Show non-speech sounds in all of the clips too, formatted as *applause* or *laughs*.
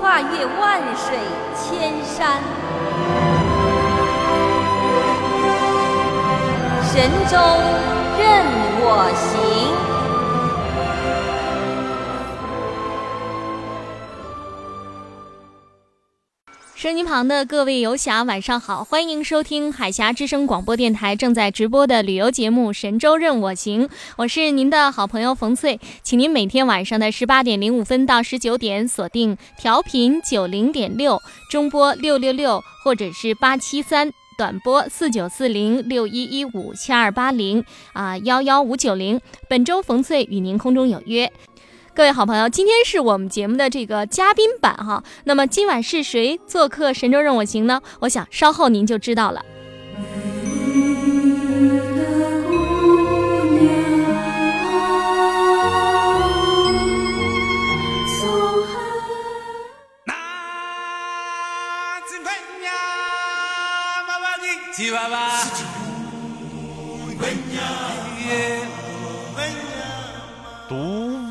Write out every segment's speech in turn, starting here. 跨越万水千山，神州任我行。收音机旁的各位游侠，晚上好！欢迎收听海峡之声广播电台正在直播的旅游节目《神州任我行》，我是您的好朋友冯翠，请您每天晚上的十八点零五分到十九点锁定调频九零点六中波六六六或者是八七三。短波四九四零六一一五七二八零啊幺幺五九零，本周冯翠与您空中有约。各位好朋友，今天是我们节目的这个嘉宾版哈。那么今晚是谁做客《神州任我行》呢？我想稍后您就知道了。那金昆啊呀，娃娃的吉娃哎娃。哎读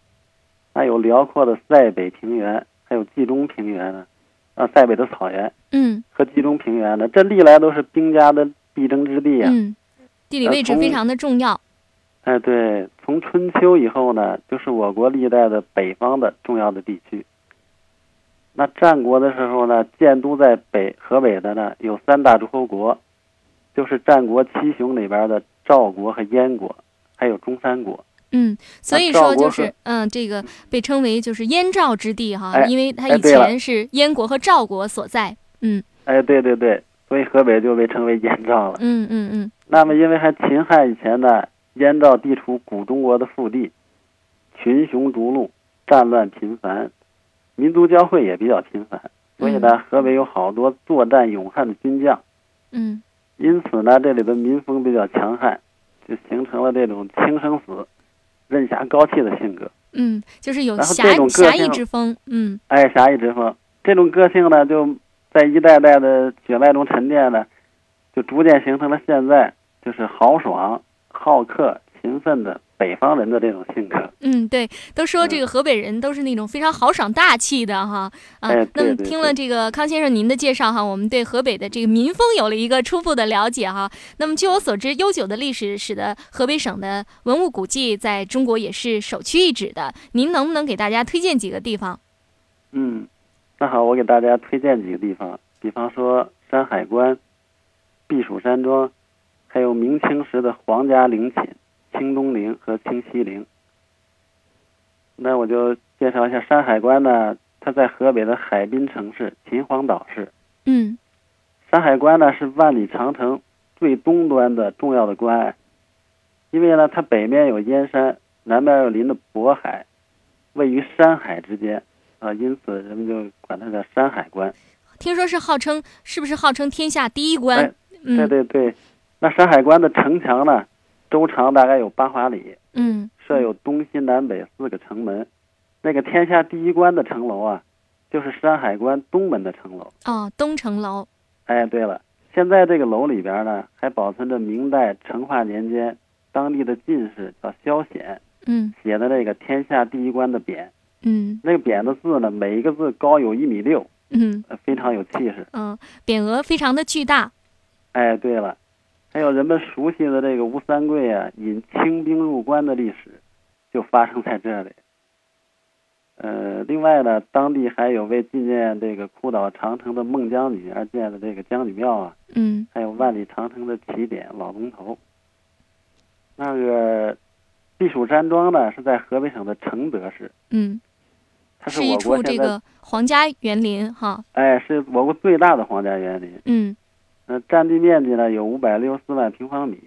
还有辽阔的塞北平原，还有冀中平原呢，啊，塞北的草原嗯和冀中平原呢，这历来都是兵家的必争之地啊。嗯，地理位置呃从非常的重要。哎，对，从春秋以后呢，就是我国历代的北方的重要的地区。那战国的时候呢，建都在北河北的呢有三大诸侯国，就是战国七雄里边的赵国和燕国，还有中山国。嗯，所以赵说国就是是嗯，这个被称为就是燕赵之地哈，哎因为它哎以对了前是燕国和赵国所在。嗯哎，对对对，所以河北就被称为燕赵了。嗯嗯嗯那么，因为还秦汉以前呢，燕赵地处古中国的腹地，群雄逐鹿，战乱频繁，民族交汇也比较频繁，所以呢，河北有好多作战勇悍的军将，嗯因此呢，这里的民风比较强悍，就形成了这种轻生死、任侠高气的性格。嗯，就是有然后侠这种个侠义性之风。嗯哎，侠义之风，这种个性呢，就在一代代的血脉中沉淀呢，就逐渐形成了现在就是豪爽、好客、勤奋的北方人的这种性格。嗯，对，都说这个河北人都是那种非常豪爽大气的哈啊哎。那么对对听了对这个康先生您的介绍哈，我们对河北的这个民风有了一个初步的了解哈。那么据我所知，悠久的历史使得河北省的文物古迹在中国也是首屈一指的。您能不能给大家推荐几个地方？嗯，那好，我给大家推荐几个地方，比方说山海关、避暑山庄，还有明清时的皇家陵寝清东陵和清西陵。那我就介绍一下山海关呢，它在河北的海滨城市秦皇岛市。嗯山海关呢是万里长城最东端的重要的关隘，因为呢它北面有燕山，南边又临着渤海，位于山海之间，啊、因此人们就管它叫山海关。听说是号称是不是号称天下第一关哎？对嗯对对，那山海关的城墙呢，周长大概有八华里，嗯设有东西南北四个城门。那个天下第一关的城楼啊，就是山海关东门的城楼。哦，东城楼。哎，对了，现在这个楼里边呢，还保存着明代成化年间当地的进士叫萧显嗯写的那个“天下第一关”的匾。嗯那个匾的字呢，每一个字高有一米六，嗯呃非常有气势。嗯，匾额非常的巨大。哎，对了，还有人们熟悉的这个吴三桂啊，引清兵入关的历史，就发生在这里。呃，另外呢，当地还有为纪念这个哭倒长城的孟姜女而建的这个姜女庙啊，嗯还有万里长城的起点老龙头。那个避暑山庄呢，是在河北省的承德市，嗯，它是我一国处现这在个皇家园林哈。哎，是我国最大的皇家园林。嗯那占地面积呢有五百六十四万平方米，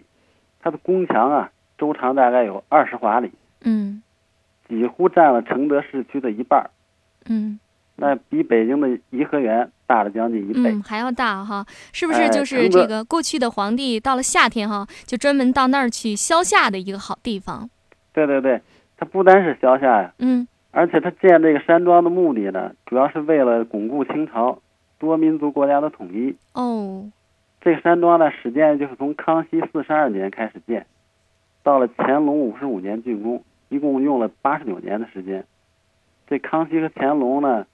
它的宫墙啊周长大概有二十华里，嗯几乎占了承德市区的一半儿。嗯那比北京的颐和园大了将近一倍。嗯，还要大哈，是不是哎就是承这德个过去的皇帝到了夏天哈，就专门到那儿去消夏的一个好地方？对对对，它不单是消夏呀、嗯而且他建这个山庄的目的呢，主要是为了巩固清朝多民族国家的统一。哦这个山庄呢，始建就是从康熙四十二年开始建，到了乾隆五十五年竣工，一共用了八十九年的时间。这康熙和乾隆呢，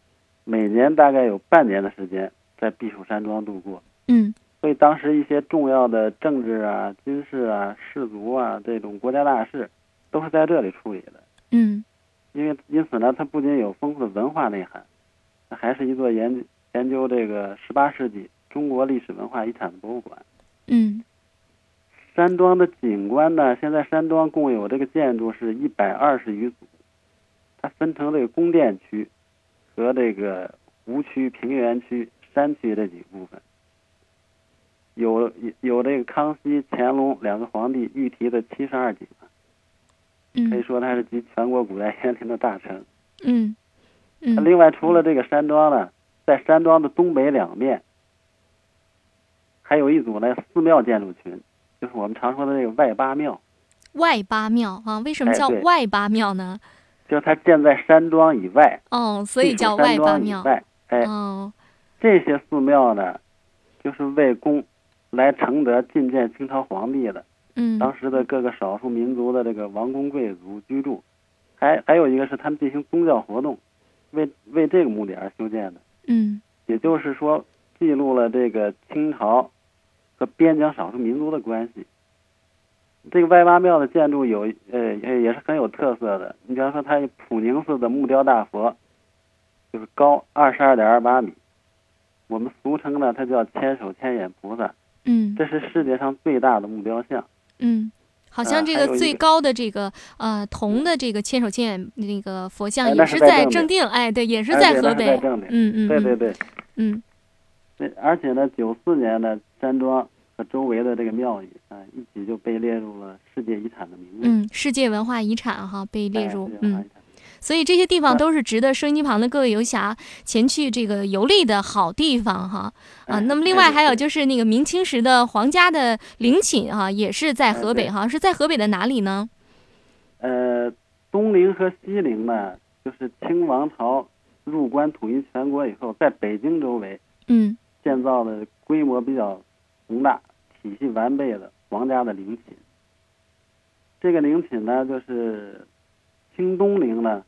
每年大概有半年的时间在避暑山庄度过，嗯所以当时一些重要的政治啊、军事啊、氏族啊这种国家大事，都是在这里处理的。嗯因为因此呢，它不仅有丰富的文化内涵，它还是一座研究研究这个十八世纪中国历史文化遗产博物馆。嗯山庄的景观呢，现在山庄共有这个建筑是一百二十余组，它分成这个宫殿区和这个湖区、平原区、山区这几部分。有有这个康熙、乾隆两个皇帝御题的七十二景，可以嗯说它是集全国古代园林的大成。嗯那嗯另外，除了这个山庄呢，在山庄的东北两面，还有一组呢寺庙建筑群，就是我们常说的那个外八庙，外八庙啊，为什么哎叫对外八庙呢？就是它建在山庄以外，哦，所以地处叫山外八庄以庙。外，哎，哦，这些寺庙呢，就是为供来承德觐见清朝皇帝的，嗯当时的各个少数民族的这个王公贵族居住，还还有一个是他们进行宗教活动，为为这个目的而修建的。嗯也就是说，记录了这个清朝和边疆少数民族的关系。这个外八庙的建筑有呃也也是很有特色的。你比方说，它有普宁寺的木雕大佛，就是高二十二点二八米，我们俗称呢它叫千手千眼菩萨，嗯这是世界上最大的木雕像。嗯，好像啊这还有个一最个嗯高的这个呃铜的这个千手千眼那个佛像哎也那是是在在正正定，哎，对，也是哎在河对那是北在。正定嗯嗯，对对嗯对，嗯对而且呢，九四年呢，山庄和周围的这个庙宇啊，一起就被列入了世界遗产的名录。嗯，世界文化遗产哈被列哎入世界文嗯化遗。产所以这些地方那都是值得收音机旁的各位游侠前去这个游历的好地方哈啊。哎那么另对外对还有对就是那个明清时的皇家的陵寝哈，也是在哎河北对哈，是在河北的哪里呢？呃，东陵和西陵呢，就是清王朝入关统一全国以后，在北京周围嗯建造的规模比较宏大、体系完备的皇家的陵寝。这个陵寝呢，就是清东陵呢，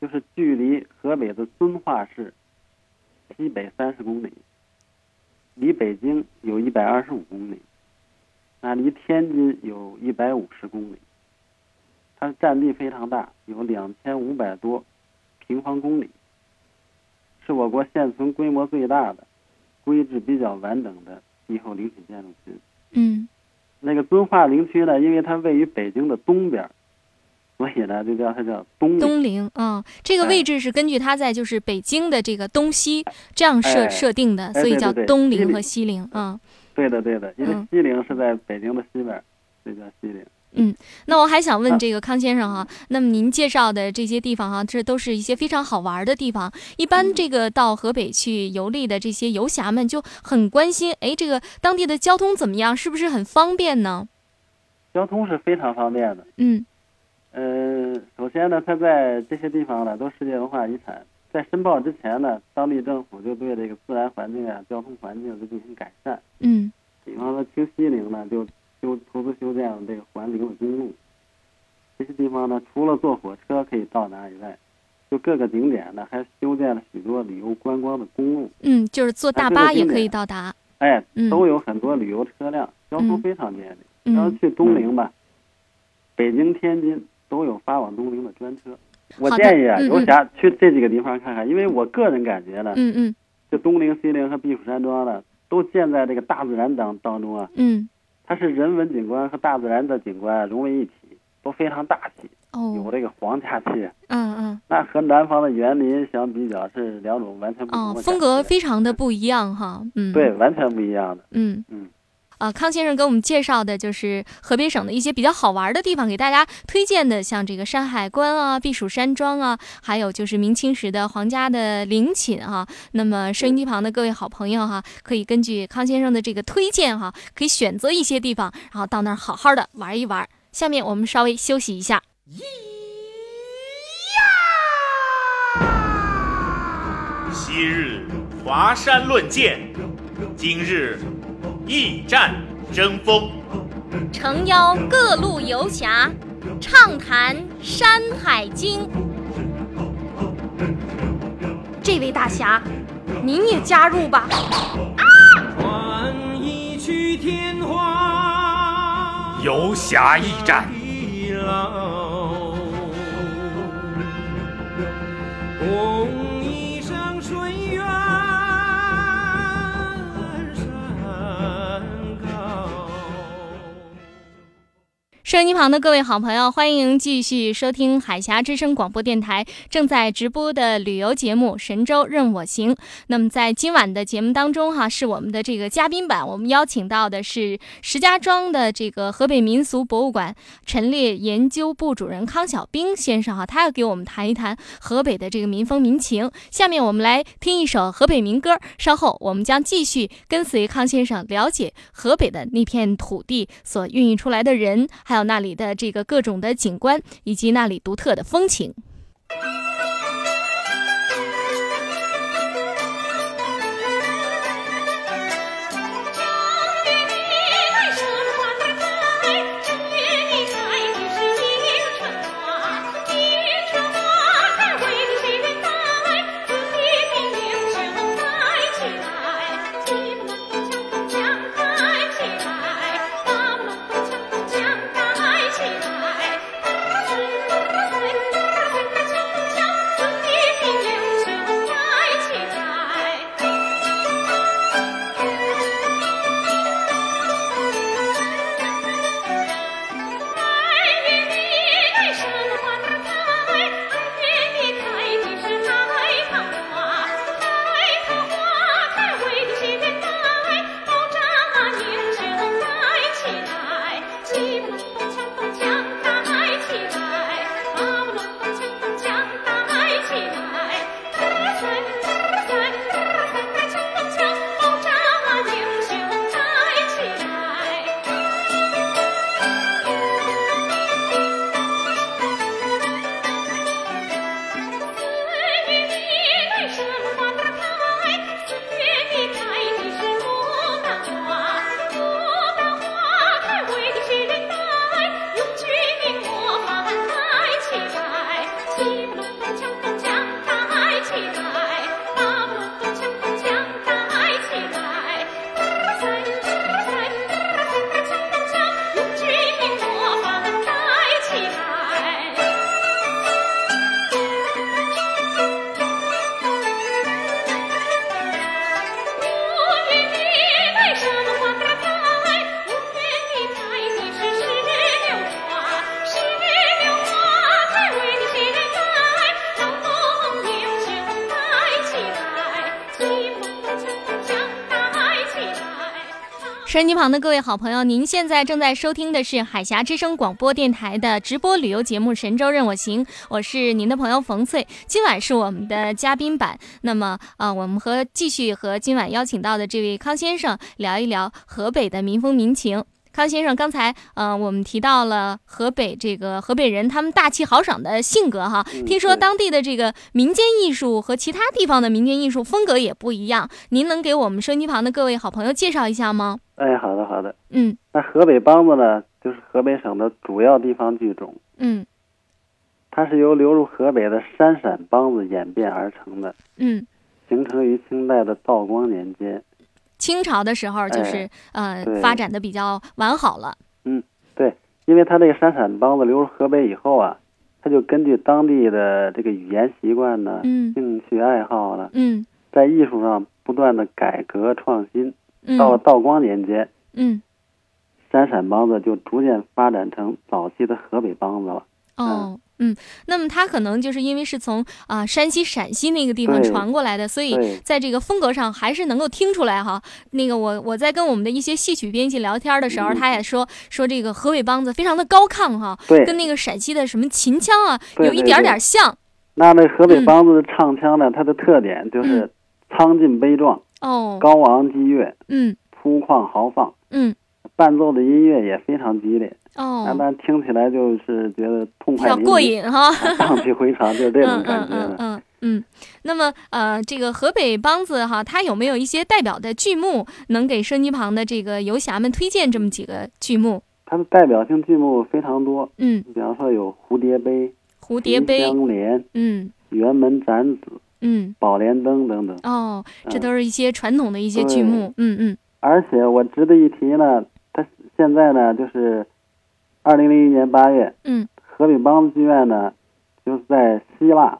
就是距离河北的遵化市西北三十公里，离北京有一百二十五公里，那离天津有一百五十公里。它的占地非常大，有两千五百多平方公里，是我国现存规模最大的、规制比较完整的帝后陵寝建筑群。嗯那个遵化陵区呢，因为它位于北京的东边儿，所以呢就叫它叫东陵。东陵啊，这个位嗯哎置是根据它在就是北京的这个东西这样设哎设定的，所以对叫对对东陵西和陵西陵啊。对的，对的，因为嗯西陵是在北京的西边儿，所以叫西陵。那我还想问啊这个康先生哈、那么您介绍的这些地方哈、这都是一些非常好玩的地方。一嗯般这个到河北去游历的这些游侠们就很关心，哎，这个当地的交通怎么样，是不是很方便呢？交通是非常方便的。嗯呃，首先呢，它在这些地方呢都是世界文化遗产。在申报之前呢，当地政府就对这个自然环境啊、交通环境就进行改善。嗯比方说清西陵呢，就修投资修建了这个环陵的公路。这些地方呢，除了坐火车可以到达以外，就各个景点呢还修建了许多旅游观光的公路。嗯，就是坐大啊这个巴也经可以典到达。哎，嗯都有很多旅游车辆，交嗯通非常便利。然后嗯，去东陵吧，北京、天津都有发往东陵的专车。我好的建议啊，嗯游嗯侠去这几个地方看看，因为我个人感觉呢，嗯嗯这东陵、西陵和避暑山庄呢，都建在这个大自然当当中啊，嗯，它是人文景观和大自然的景观融为一体，都非常大气，有哦，这个皇家气。嗯嗯。那和南方的园林相比较，是两种完全不同的哦感，觉、风格非常的不一样哈，嗯，对，，完全不一样的。嗯嗯，啊，康先生给我们介绍的就是河北省的一些比较好玩的地方，给大家推荐的，像这个山海关啊、避暑山庄啊，还有就是明清时的皇家的陵寝啊。那么收音机旁的各位好朋友哈、可以根据康先生的这个推荐哈、可以选择一些地方，然后到那儿好好的玩一玩。下面我们稍微休息一下。昔日华山论剑，今日驿站争锋。诚邀各路游侠，畅谈《山海经》。这位大侠，您也加入吧。换一曲天花游侠驿站，地老，红衣上水月收音机旁的各位好朋友，欢迎继续收听海峡之声广播电台正在直播的旅游节目《神州任我行》。那么在今晚的节目当中哈、是我们的这个嘉宾版，我们邀请到的是石家庄的这个河北民俗博物馆陈列研究部主任康小兵先生哈、他要给我们谈一谈河北的这个民风民情。下面我们来听一首河北民歌，稍后我们将继续跟随康先生了解河北的那片土地所孕育出来的人，还有那里的这个各种的景观，以及那里独特的风情。在生花开，正月里来，你是迎春花，迎春花开为你谁人带？紫金牛秀开起来，金龙凤强开起来，大龙凤强开起来，紫金牛秀开起来。二月里开生花开，二月里开你是开桃花，开桃花开为你谁人带？高张啊牛秀开起来，七龙凤强凤强开起来，八龙凤强凤强开起来，三三三开强凤强，高张啊牛秀开起来。四月里开什么花儿开？四月里开的是牡丹花，牡丹花开为的谁人带？用君命模范开起来，七龙凤强凤强开起来，八龙凤强凤强开起来，三三三强凤强，用君命模范开起来。五月里开什么花儿开？五月里开的是石榴花，石榴花开为的谁人带？老公牛秀开起来，金龙凤强开起来。收音机旁的各位好朋友，您现在正在收听的是海峡之声广播电台的直播旅游节目《神州任我行》，我是您的朋友冯翠。今晚是我们的嘉宾版，那么呃，我们和继续和今晚邀请到的这位康先生聊一聊河北的民风民情。康先生，刚才呃，我们提到了河北这个河北人他们大气豪爽的性格哈，嗯听说对当地的这个民间艺术和其他地方的民间艺术风格也不一样，您能给我们收音机旁的各位好朋友介绍一下吗？哎，好的好的。嗯那河北梆子呢，就是河北省的主要地方剧种，嗯它是由流入河北的山陕梆子演变而成的，嗯，形成于清代的道光年间。清朝的时候就是、呃哎对发展的比较完好了。对，因为它这个山陕梆子流入河北以后啊，它就根据当地的这个语言习惯呢、嗯兴趣爱好呢，嗯在艺术上不断的改革创新。到了嗯道光年间，嗯山陕梆子就逐渐发展成早期的河北梆子了。哦。嗯，那么它可能就是因为是从啊、山西、陕西那个地方对传过来的，所以对在这个风格上还是能够听出来哈。那个我我在跟我们的一些戏曲编辑聊天的时候，嗯他也说说这个河北梆子非常的高亢哈，对，跟那个陕西的什么秦腔啊对有一对点儿对点儿像那那河嗯北梆子的唱腔呢，它的特点就是苍劲悲壮、哦。高昂激越、嗯粗犷豪放，嗯伴奏的音乐也非常激烈，让哦，咱听起来就是觉得痛比快较淋漓过，瘾哈。 *laughs* 荡气回肠，就是这种感嗯觉嗯嗯的。嗯嗯，那么呃，这个河北梆子哈，它有没有一些代表的剧目能给收音机旁的这个游侠们推荐这么几个剧目？它的代表性剧目非常多，嗯，比方说有《蝴蝶杯》《蝴蝶秦杯，香莲》《嗯辕门斩子》《嗯，宝莲灯》等等。哦，这嗯都是一些传统的一些剧目，嗯嗯而且我值得一提呢，它现在呢就是二零零一年八月，嗯，河北梆子剧院呢就是在希腊、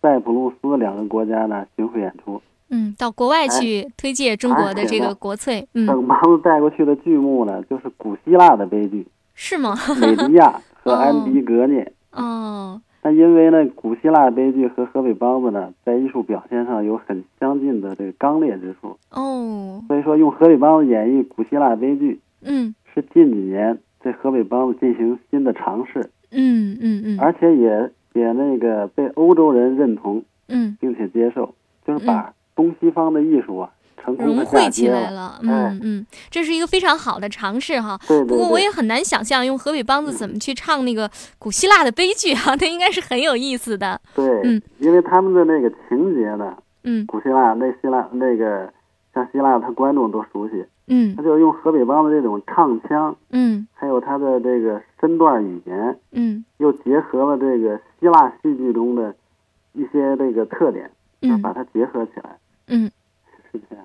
塞浦路斯两个国家呢巡回演出，嗯，到国哎外去推介中国的这个国粹，嗯等梆子带过去的剧目呢就是古希腊的悲剧，是吗？ *laughs* 美迪亚和安迪格涅。哦，那因为呢，古希腊悲剧和河北梆子呢，在艺术表现上有很相近的这个刚烈之处，哦，所以说用河北梆子演绎古希腊悲剧，嗯是近几年对河北梆子进行新的尝试，嗯嗯嗯而且也也那个被欧洲人认同嗯，并且接受，就是把东西方的艺术啊成功融的汇嫁起接哎来了。嗯嗯，这是一个非常好的尝试哈。对对对，不过我也很难想象用河北梆子怎么去唱那个古希腊的悲剧啊， *laughs* 那应该是很有意思的。对，嗯因为他们的那个情节呢，嗯古希腊那希腊那个像希腊，他观众都熟悉，嗯他就用河北梆子这种唱腔。嗯还有他的这个身段语言，嗯又结合了这个希腊戏剧中的一些这个特点，嗯把它结合起来，嗯。是不是啊？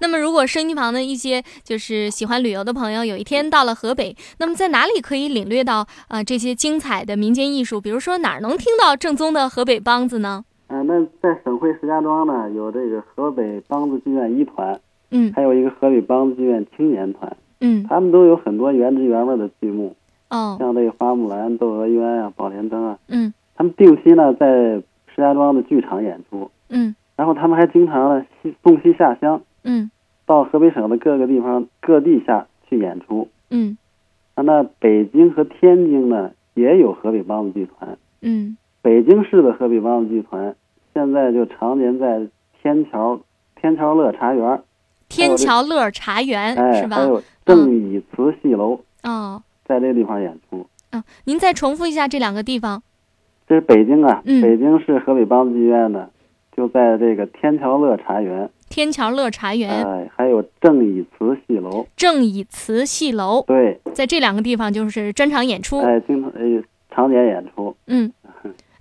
那么，如果收音机旁的一些就是喜欢旅游的朋友，有一天到了河北，那么在哪里可以领略到啊、呃这些精彩的民间艺术？比如说哪儿能听到正宗的河北梆子呢？呃，那在省会石家庄呢，有这个河北梆子剧院一团，嗯还有一个河北梆子剧院青年团，嗯他们都有很多原汁原味的剧目，哦像这个《花木兰》《窦娥冤》啊，《宝莲灯》啊，嗯他们定期呢在石家庄的剧场演出，嗯然后他们还经常呢西送西下乡，嗯到河北省的各个地方各地下去演出。嗯啊，那北京和天津呢也有河北梆子剧团。嗯北京市的河北梆子剧团现在就常年在天桥天桥乐茶园，天桥乐茶园哎嗯是，吧还？有正乙祠戏楼，哦在这地方演出。啊，您再重复一下这两个地方。这是北京啊，嗯北京市河北梆子剧院呢，就在这个天桥乐茶园，天桥乐茶园、哎，还有正乙祠戏楼，正乙祠戏楼，对，在这两个地方就是专场演出。哎，经常哎常年演出，嗯，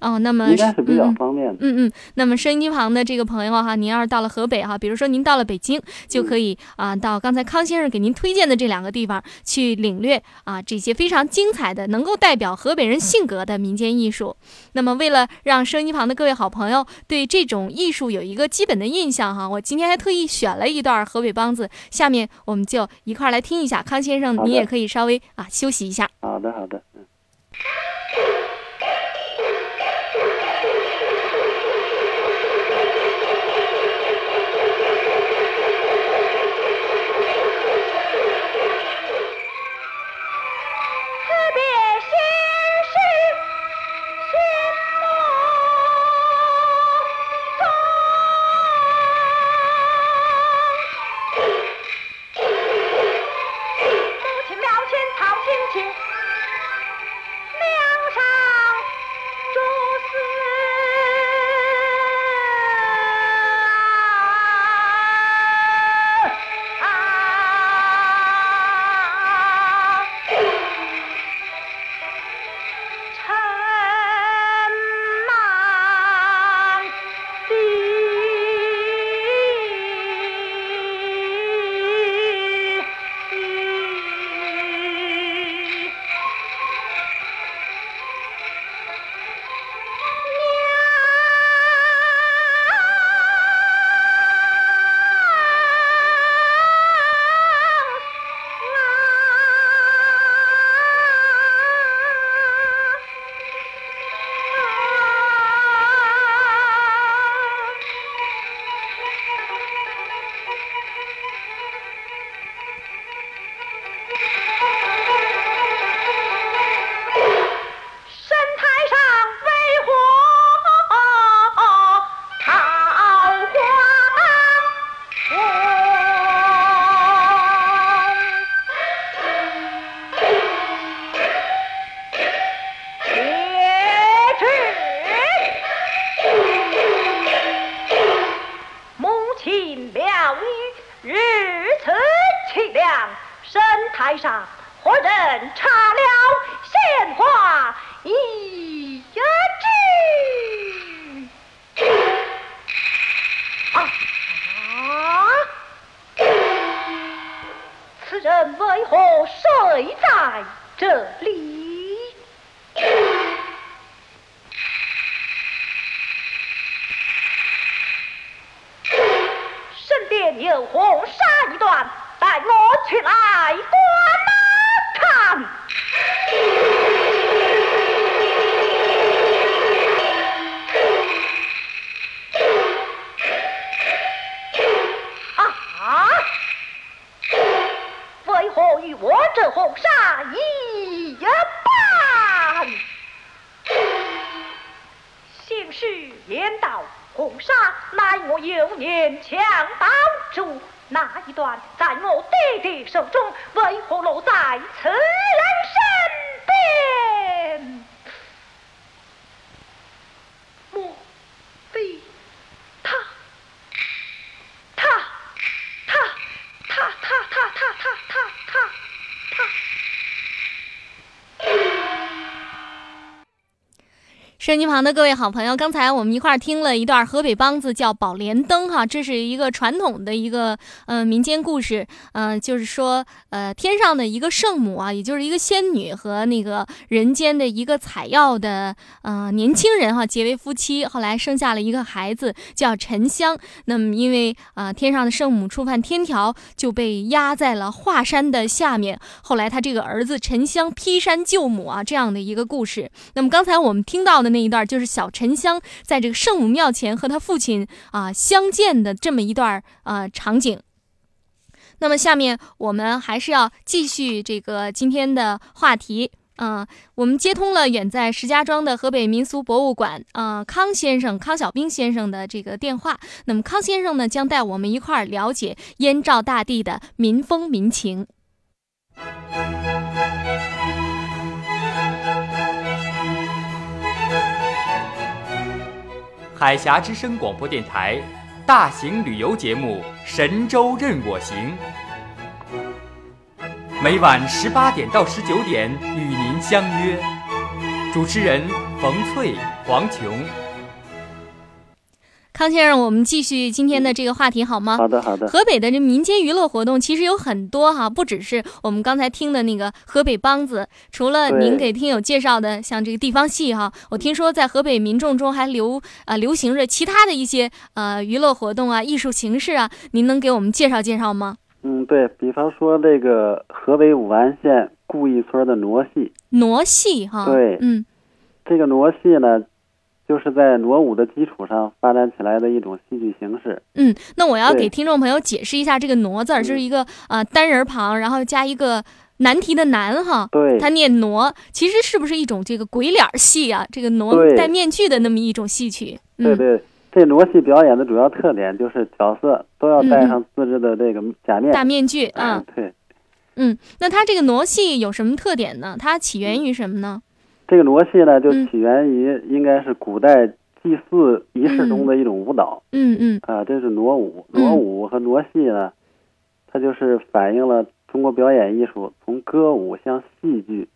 哦，那么应该是比较嗯方便的。嗯嗯，那么收音机旁的这个朋友哈，您要是到了河北哈，比如说您到了北京，就可以嗯啊、到刚才康先生给您推荐的这两个地方去领略啊这些非常精彩的、能够代表河北人性格的民间艺术。那么为了让收音机旁的各位好朋友对这种艺术有一个基本的印象哈，我今天还特意选了一段河北梆子，下面我们就一块儿来听一下。康先生好，的您也可以稍微啊休息一下。好的，好的，嗯。特别先是先不中，母亲庙前草青青，庙上竹丝。啊尘满地。神台上飞火桃花红，且至母亲庙宇日此凄凉，神台上活人插了鲜花一枝。啊！此人为何睡在这里？身边有红纱一段，带我去来观看。啊与我这红纱一般。姓氏言道，红纱乃我幼年强盗主，那一段在我弟弟手中，为何落在此人身边？莫非他？他他他他他他他他他他。收音机旁的各位好朋友，刚才我们一块儿听了一段河北梆子叫《宝莲灯》哈，这是一个传统的一个呃民间故事，呃，就是说呃天上的一个圣母啊，也就是一个仙女和那个人间的一个采药的呃年轻人哈结为夫妻，后来生下了一个孩子叫沉香。那么因为呃天上的圣母触犯天条，就被压在了华山的下面。后来他这个儿子沉香劈山救母啊这样的一个故事。那么刚才我们听到的那一段，就是小沉香在这个圣母庙前和他父亲啊、相见的这么一段儿呃场景。那么下面我们还是要继续这个今天的话题。嗯、我们接通了远在石家庄的河北民俗博物馆，呃，康先生、康小兵先生的这个电话。那么康先生呢，将带我们一块儿了解燕赵大地的民风民情。海峡之声广播电台大型旅游节目《神州任我行》，每晚十八点到十九点与您相约。主持人冯翠、黄琼。康先生，我们继续今天的这个话题好吗？好的，好的，河北的这民间娱乐活动其实有很多哈，不只是我们刚才听的那个河北梆子，除了对您给听友介绍的像这个地方戏哈，我听说在河北民众中还流呃流行着其他的一些呃娱乐活动啊、艺术形式啊，您能给我们介绍介绍吗？嗯，对比方说这个河北武安县顾邑村的傩戏，傩戏哈，对嗯，这个傩戏呢，就是在傩舞的基础上发展起来的一种戏剧形式。嗯，那我要对嗯给听众朋友解释一下这个“傩”字儿，就是一个呃单人旁，然后加一个难题的“难”哈。对，它念“傩”，其实是不是一种这个鬼脸儿戏啊？这个“傩”对戴面具的那么一种戏曲。对嗯，对，这傩戏表演的主要特点就是角色都要戴嗯嗯上自制的这个假面。大面具嗯啊，，对，嗯，那它这个傩戏有什么特点呢？它起源于什么呢？这个傩戏呢，就嗯起源于应该是古代祭祀仪式中的一种舞蹈嗯嗯啊，这是傩舞。嗯傩舞和傩戏呢，它就是反映了中国表演艺术从歌舞向戏剧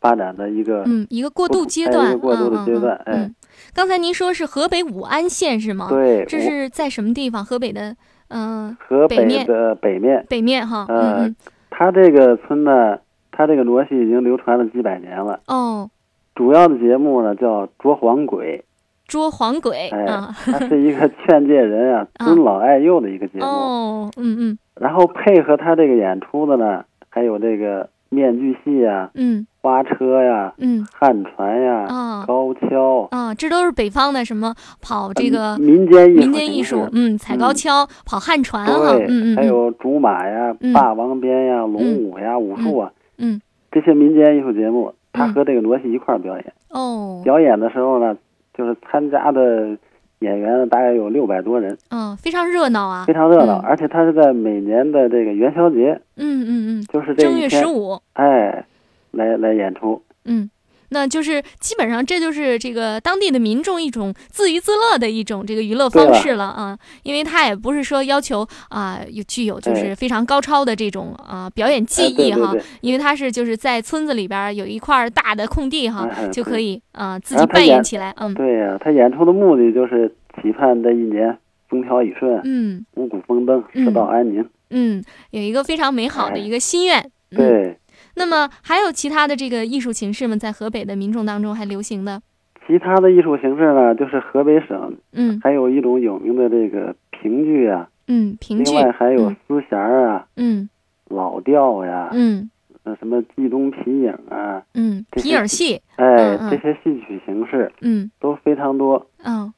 发展的一个。嗯，一个过渡阶哎段，一个过渡的嗯阶段嗯嗯哎嗯，刚才您说是河北武安县是吗？，对，这我是在什么地方？河北的，嗯、河北面北的北面。北面哈。呃嗯它这个村呢，它这个傩戏已经流传了几百年了。嗯，哦，主要的节目呢叫捉黄鬼，捉黄鬼哎，啊。它是一个劝诫 *laughs* 人啊啊尊老爱幼的一个节目。哦，嗯嗯然后配合他这个演出的呢，还有这个面具戏啊、嗯花车呀、嗯，旱船呀、啊高跷，啊，这都是北方的什么跑这个呃民间艺术民间艺术形，式嗯，踩高嗯跷、跑旱船哈，对，嗯嗯还嗯有竹马呀、嗯霸王鞭呀、龙舞呀、武术啊，嗯，这些民间艺术节目，他嗯和这个傩戏一块儿表演。哦，表演的时候呢，就是参加的演员呢大概有六百多人，嗯，非常热闹啊，非常热闹。嗯而且它是在每年的这个元宵节，嗯嗯嗯，就是这正一月十天，五，哎，来来演出。嗯，那就是基本上这就是这个当地的民众一种自娱自乐的一种这个娱乐方对了式了啊，因为他也不是说要求啊有具有就哎是非常高超的这种啊表演技哎对艺对哈对，因为他是就是在村子里边儿有一块儿大的空地哈哎哎，就可对以啊自然己后他扮演演起来，嗯对呀、他演出的目的就是期盼这一年风调雨顺、嗯五谷丰登、嗯世道安宁。嗯，有一个非常美好的哎一个心愿。嗯。对，那么还有其他的这个艺术形式吗？在河北的民众当中还流行的，其他的艺术形式呢，就是河北省嗯还有一种有名的这个评剧啊，嗯，评剧另，外还有嗯丝弦儿啊、嗯老调呀、嗯呃什么冀东皮影啊，嗯，这皮些影戏，哎，嗯嗯这些戏曲形式嗯都非常多。嗯，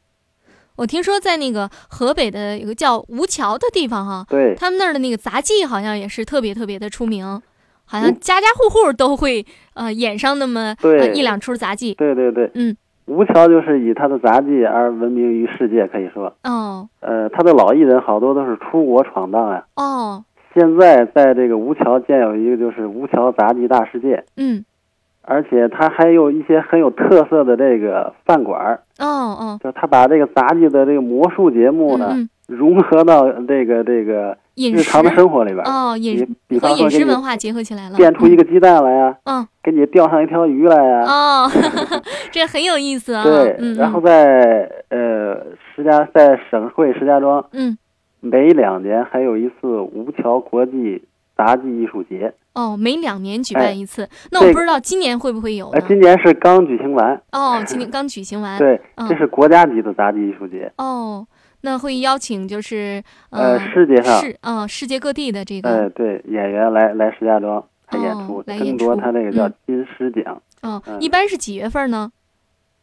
我听说在那个河北的有个叫吴桥的地方哈，对，他们那儿的那个杂技好像也是特别特别的出名，好像家家户户都会呃演上那么嗯对呃一两出杂技。对对对，嗯，吴桥就是以他的杂技而闻名于世界，可以说，哦呃，他的老艺人好多都是出国闯荡呀、哦，现在在这个吴桥建有一个就是吴桥杂技大世界，嗯而且他还有一些很有特色的这个饭馆儿，哦哦，就他把这个杂技的这个魔术节目呢，嗯嗯，融合到这个这个饮日食常的生活里边儿。哦饮比比和方说饮给食你文化结合起来了，变出一个鸡蛋来呀、嗯给你钓上一条鱼来啊呀、哦， *laughs* 这很有意思啊。对，嗯，然后在呃石家在省会石家庄，嗯每两年还有一次吴桥国际杂技艺术节，哦，每两年举办一次，那这我个不知道今年会不会有呃，呢？哎今年是刚举行完，哦，今年刚举行完。对，嗯这是国家级的杂技艺术节，哦，那会邀请就是呃，世界上，世啊、世界各地的这个呃，对，演员来来石家庄来演出，哦来争演夺出他这个叫嗯金狮奖，哦，嗯一般是几月份呢？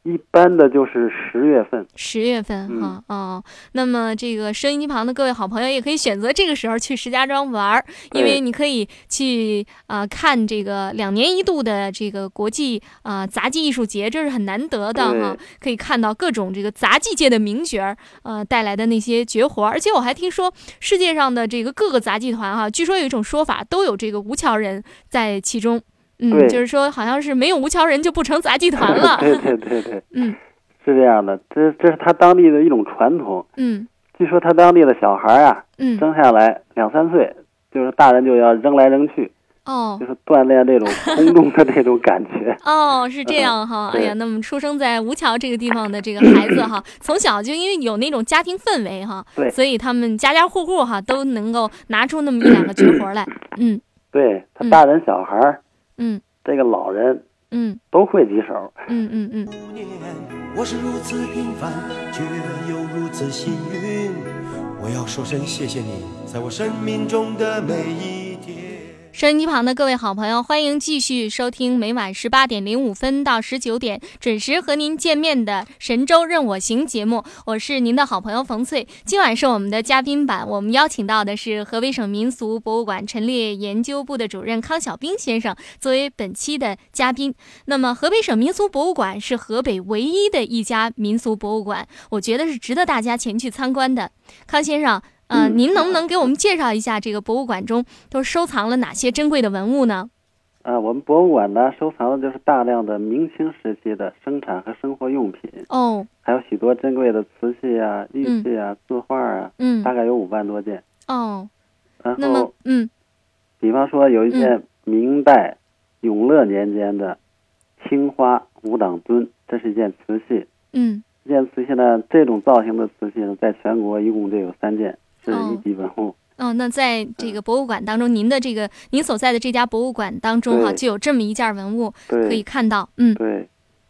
一般的就是十月份，十月嗯份哈、哦，那么这个收音机旁的各位好朋友也可以选择这个时候去石家庄玩儿，因为对你可以去啊、看这个两年一度的这个国际啊、杂技艺术节，这是很难得的哈、对可以看到各种这个杂技界的名角儿呃带来的那些绝活儿，而且我还听说世界上的这个各个杂技团哈、据说有一种说法都有这个吴桥人在其中，嗯，对就是说好像是没有吴桥人就不成杂技团了， *laughs* 对对对对，嗯是这样的，这这是他当地的一种传统。嗯据说他当地的小孩啊，嗯生下来两三岁，就是大人就要扔来扔去，哦就。是锻炼 *laughs* 这种空中的这种感觉。哦，是这样哈，哎对呀，那么出生在吴桥这个地方的这个孩子哈，从小就因为有那种家庭氛围哈，对所以他们家家户户哈都能够拿出那么一两个绝活来，嗯对他嗯大人、小孩儿，嗯这个老人嗯都会几手。嗯嗯嗯，五年，我是如此平凡，却又如此幸运。我要说声谢谢你，在我生命中的每一天。收音机旁的各位好朋友，欢迎继续收听每晚十八点零五分到十九点准时和您见面的《神州任我行》节目，我是您的好朋友冯翠。今晚是我们的嘉宾版，我们邀请到的是河北省民俗博物馆陈列研究部的主任康小兵先生作为本期的嘉宾。那么，河北省民俗博物馆是河北唯一的一家民俗博物馆，我觉得是值得大家前去参观的。康先生，呃，您能不能给我们介绍一下这个博物馆中都收藏了哪些珍贵的文物呢？啊，我们博物馆呢收藏的就是大量的明清时期的生产和生活用品，哦，还有许多珍贵的瓷器啊、玉器啊、字画啊，嗯大，概有五万多件。哦，然那么后，，嗯，比方说有一件明代永乐年间的青花五党尊，这是一件瓷器。嗯，这件瓷器呢，这种造型的瓷器呢，在全国一共就有三件，这是一级文物。哦，那在这个博物馆当中，您的这个您所在的这家博物馆当中哈、对就有这么一件文物可以对看到，嗯对，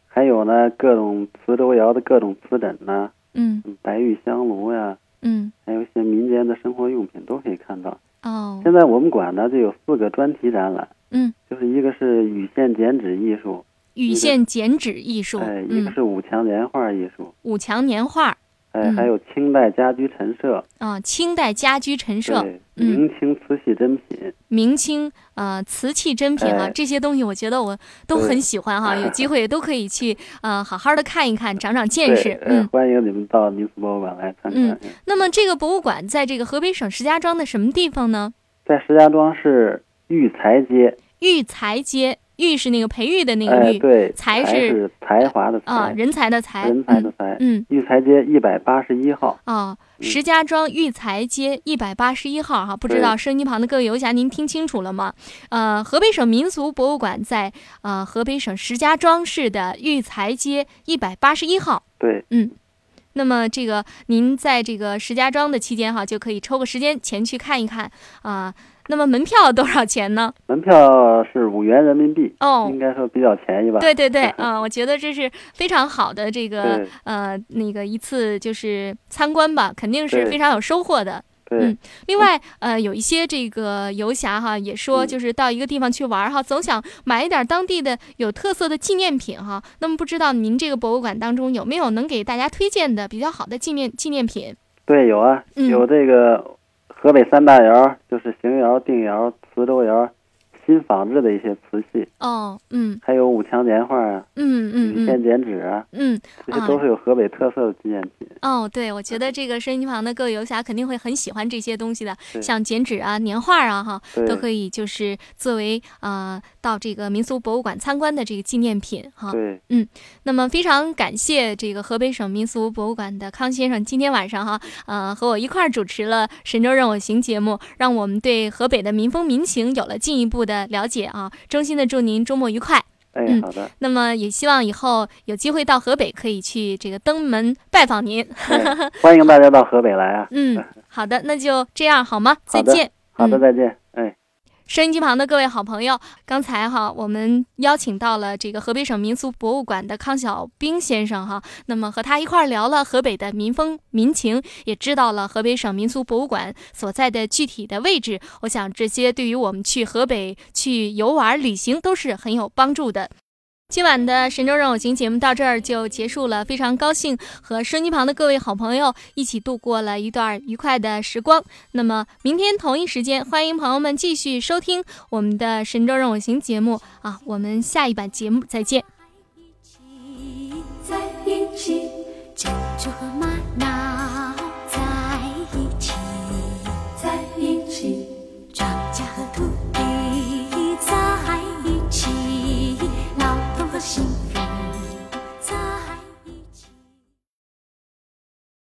还有呢，各种磁州窑的各种瓷枕呐、嗯白玉香炉呀、嗯，还有一些民间的生活用品都可以看到。哦，现在我们馆呢就有四个专题展览，嗯，就是一个是羽线剪纸艺术，羽线剪纸艺术，哎，一个嗯，是五墙年画艺术，五墙年画哎，嗯还有清代家居陈设，啊，清代家居陈设，对，嗯明清瓷器珍品，明清呃瓷器珍品啊，哎这些东西我觉得我都很喜欢哈、有机会都可以去呃好好的看一看，长长见对识，，呃嗯。欢迎你们到民俗博物馆来参观。嗯那么这个博物馆在这个河北省石家庄的什么地方呢？在石家庄市育才街，育才街，育是那个培育的那个哎，育，对，才才是才华的才，啊，人才的才，人才的才。嗯，育才街一百八十一号，嗯啊，石家庄育才街一百八十一号哈，不知道对收音机旁的各位游侠您听清楚了吗？呃，河北省民俗博物馆在呃河北省石家庄市的育才街一百八十一号。对，那么这个您在这个石家庄的期间哈，就可以抽个时间前去看一看啊。那么门票多少钱呢？门票是五元人民币，哦应该说比较便宜吧？对 *laughs* 对对，啊、我觉得这是非常好的这个对呃那个一次就是参观吧，肯定是对非常有收获的。对嗯，另外，呃，有一些这个游侠哈也说，嗯就是到一个地方去玩儿哈，总想买一点当地的有特色的纪念品哈。那么不知道您这个博物馆当中有没有能给大家推荐的比较好的纪念纪念品？对，有啊，嗯有这个河北三大窑，就是邢窑、定窑、磁州窑、新仿制的一些瓷器，哦，嗯还有五腔年画啊、嗯鱼嗯线嗯剪纸啊，嗯，这些都是有河北特色的纪念品。哦，对，我觉得这个收音机旁的各位游侠肯定会很喜欢这些东西的，对像剪纸啊、年画啊，哈，对都可以就是作为呃到这个民俗博物馆参观的这个纪念品哈。对，那么非常感谢这个河北省民俗博物馆的康先生，今天晚上哈，呃，和我一块儿主持了《神州任我行》节目，让我们对河北的民风民情有了进一步的了解啊。衷心的祝您周末愉快。哎，嗯 *laughs* 好的，那么也希望以后有机会到河北可以去这个登门拜访您。哎欢迎大家到河北来啊！嗯，好的，那就这样好吗？再好的见。好的，嗯再见，哎。收音机旁的各位好朋友，刚才哈，我们邀请到了这个河北省民俗博物馆的康小兵先生哈，那么和他一块儿聊了河北的民风民情，也知道了河北省民俗博物馆所在的具体的位置。我想这些对于我们去河北去游玩旅行都是很有帮助的。今晚的《神州任我行》节目到这儿就结束了，非常高兴和收音机旁的各位好朋友一起度过了一段愉快的时光。那么明天同一时间，欢迎朋友们继续收听我们的《神州任我行》节目啊，我们下一版节目再见。在一起，庆祝和